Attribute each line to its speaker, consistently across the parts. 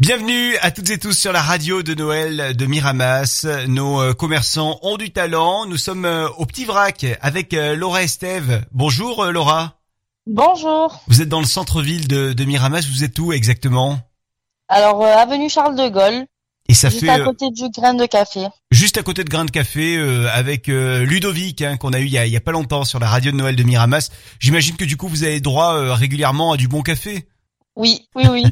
Speaker 1: Bienvenue à toutes et tous sur la radio de Noël de Miramas. Nos euh, commerçants ont du talent. Nous sommes euh, au Petit Vrac avec euh, Laura Estève. Bonjour euh, Laura.
Speaker 2: Bonjour.
Speaker 1: Vous êtes dans le centre-ville de, de Miramas. Vous êtes où exactement
Speaker 2: Alors, euh, avenue Charles de Gaulle,
Speaker 1: Et ça
Speaker 2: juste
Speaker 1: fait
Speaker 2: à
Speaker 1: euh,
Speaker 2: côté du grain de café.
Speaker 1: juste à côté de Grain de Café euh, avec euh, Ludovic hein, qu'on a eu il y a, il y a pas longtemps sur la radio de Noël de Miramas. J'imagine que du coup vous avez droit euh, régulièrement à du bon café.
Speaker 2: Oui, oui, oui.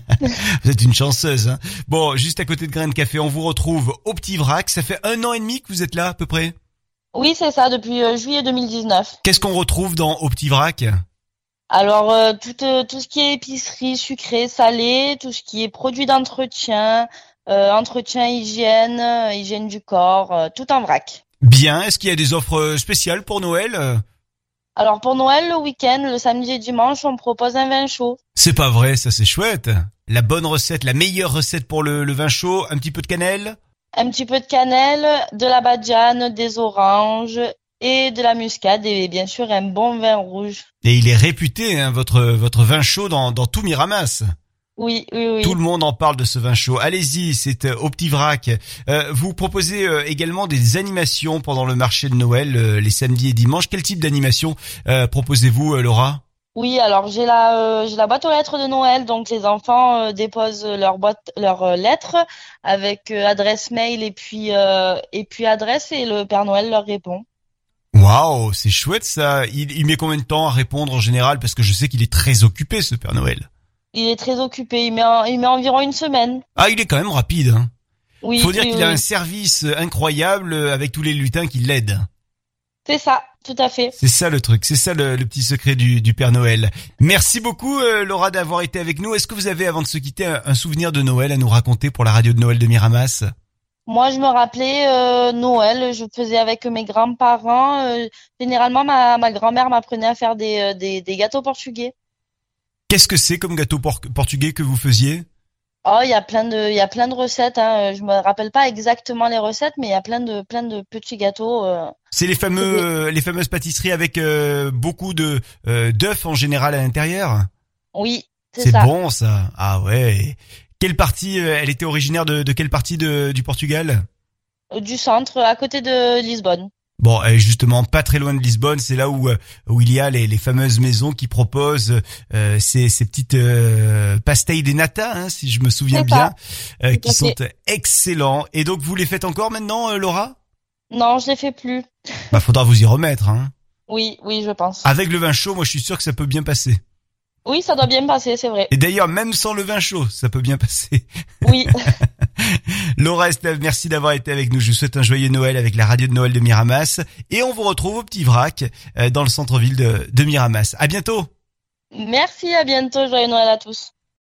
Speaker 1: Vous êtes une chanceuse. Hein. Bon, juste à côté de Grain de Café, on vous retrouve au Petit Vrac. Ça fait un an et demi que vous êtes là à peu près.
Speaker 2: oui, c'est ça, depuis euh, juillet 2019.
Speaker 1: Qu'est-ce qu'on retrouve dans au Petit Vrac
Speaker 2: Alors, euh, tout, euh, tout ce qui est épicerie, sucré, salé, tout ce qui est produits d'entretien, euh, entretien, hygiène, euh, hygiène du corps, euh, tout en vrac.
Speaker 1: Bien. Est-ce qu'il y a des offres euh, spéciales pour Noël Euh,
Speaker 2: Alors, pour Noël, le week-end, le samedi et dimanche, on propose un vin chaud.
Speaker 1: C'est pas vrai, ça c'est chouette. La bonne recette, la meilleure recette pour le, le vin chaud, un petit peu de cannelle.
Speaker 2: Un petit peu de cannelle, de la badiane, des oranges et de la muscade et bien sûr un bon vin rouge.
Speaker 1: Et il est réputé, hein, votre votre vin chaud dans, dans tout Miramas.
Speaker 2: Oui, oui, oui.
Speaker 1: Tout le monde en parle de ce vin chaud. Allez-y, c'est euh, au petit vrac. Euh, vous proposez euh, également des animations pendant le marché de Noël, euh, les samedis et dimanches. Quel type d'animation euh, proposez-vous, euh, Laura
Speaker 2: Oui, alors j'ai la, euh, j'ai la boîte aux lettres de Noël, donc les enfants euh, déposent leur boîte, leurs euh, lettres avec euh, adresse mail et puis euh, et puis adresse et le Père Noël leur répond.
Speaker 1: Waouh, c'est chouette ça. Il, il met combien de temps à répondre en général Parce que je sais qu'il est très occupé, ce Père Noël.
Speaker 2: Il est très occupé, il met en- il met environ une semaine.
Speaker 1: Ah, il est quand même rapide. Hein.
Speaker 2: Oui,
Speaker 1: Faut dire
Speaker 2: oui,
Speaker 1: qu'il a
Speaker 2: oui.
Speaker 1: un service euh, incroyable euh, avec tous les lutins qui l'aident.
Speaker 2: C'est ça, tout à fait.
Speaker 1: C'est ça le truc, c'est ça le, le petit secret du, du Père Noël. Merci beaucoup euh, Laura d'avoir été avec nous. Est-ce que vous avez, avant de se quitter, un, un souvenir de Noël à nous raconter pour la radio de Noël de Miramas
Speaker 2: Moi, je me rappelais euh, Noël, je faisais avec mes grands-parents. euh, généralement, ma, ma grand-mère m'apprenait à faire des, euh, des, des gâteaux portugais.
Speaker 1: Qu'est-ce que c'est comme gâteau por- portugais que vous faisiez
Speaker 2: Oh, il y a plein de, il y a plein de recettes, hein. euh, Je me rappelle pas exactement les recettes, mais il y a plein de, plein de petits gâteaux. euh,
Speaker 1: C'est les fameux, euh, les fameuses pâtisseries avec euh, beaucoup de euh, d'œufs en général à l'intérieur.
Speaker 2: Oui, c'est
Speaker 1: C'est
Speaker 2: ça.
Speaker 1: bon ça. Ah ouais. Quelle partie euh, Elle était originaire de, de quelle partie de, du Portugal
Speaker 2: Euh, Du centre, à côté de Lisbonne.
Speaker 1: Bon, euh, justement, pas très loin de Lisbonne, c'est là où euh, où il y a les, les fameuses maisons qui proposent euh, ces, ces petites euh, pastilles des nata, hein, si je me souviens
Speaker 2: C'est ça.
Speaker 1: bien, euh,
Speaker 2: Tout
Speaker 1: qui
Speaker 2: à
Speaker 1: sont excellents. Et donc, vous les faites encore maintenant, euh, Laura
Speaker 2: Non, je les fais plus.
Speaker 1: Bah, faudra vous y remettre. Hein.
Speaker 2: Oui, oui, je pense.
Speaker 1: Avec le vin chaud, moi, je suis sûr que ça peut bien passer.
Speaker 2: Oui, ça doit bien passer, c'est vrai.
Speaker 1: Et d'ailleurs, même sans le vin chaud, ça peut bien passer.
Speaker 2: Oui.
Speaker 1: Laura Estève, merci d'avoir été avec nous. Je vous souhaite un joyeux Noël avec la radio de Noël de Miramas. Et on vous retrouve au Petit Vrac, euh, dans le centre-ville de, de Miramas. À bientôt
Speaker 2: Merci, à bientôt. Joyeux Noël à tous.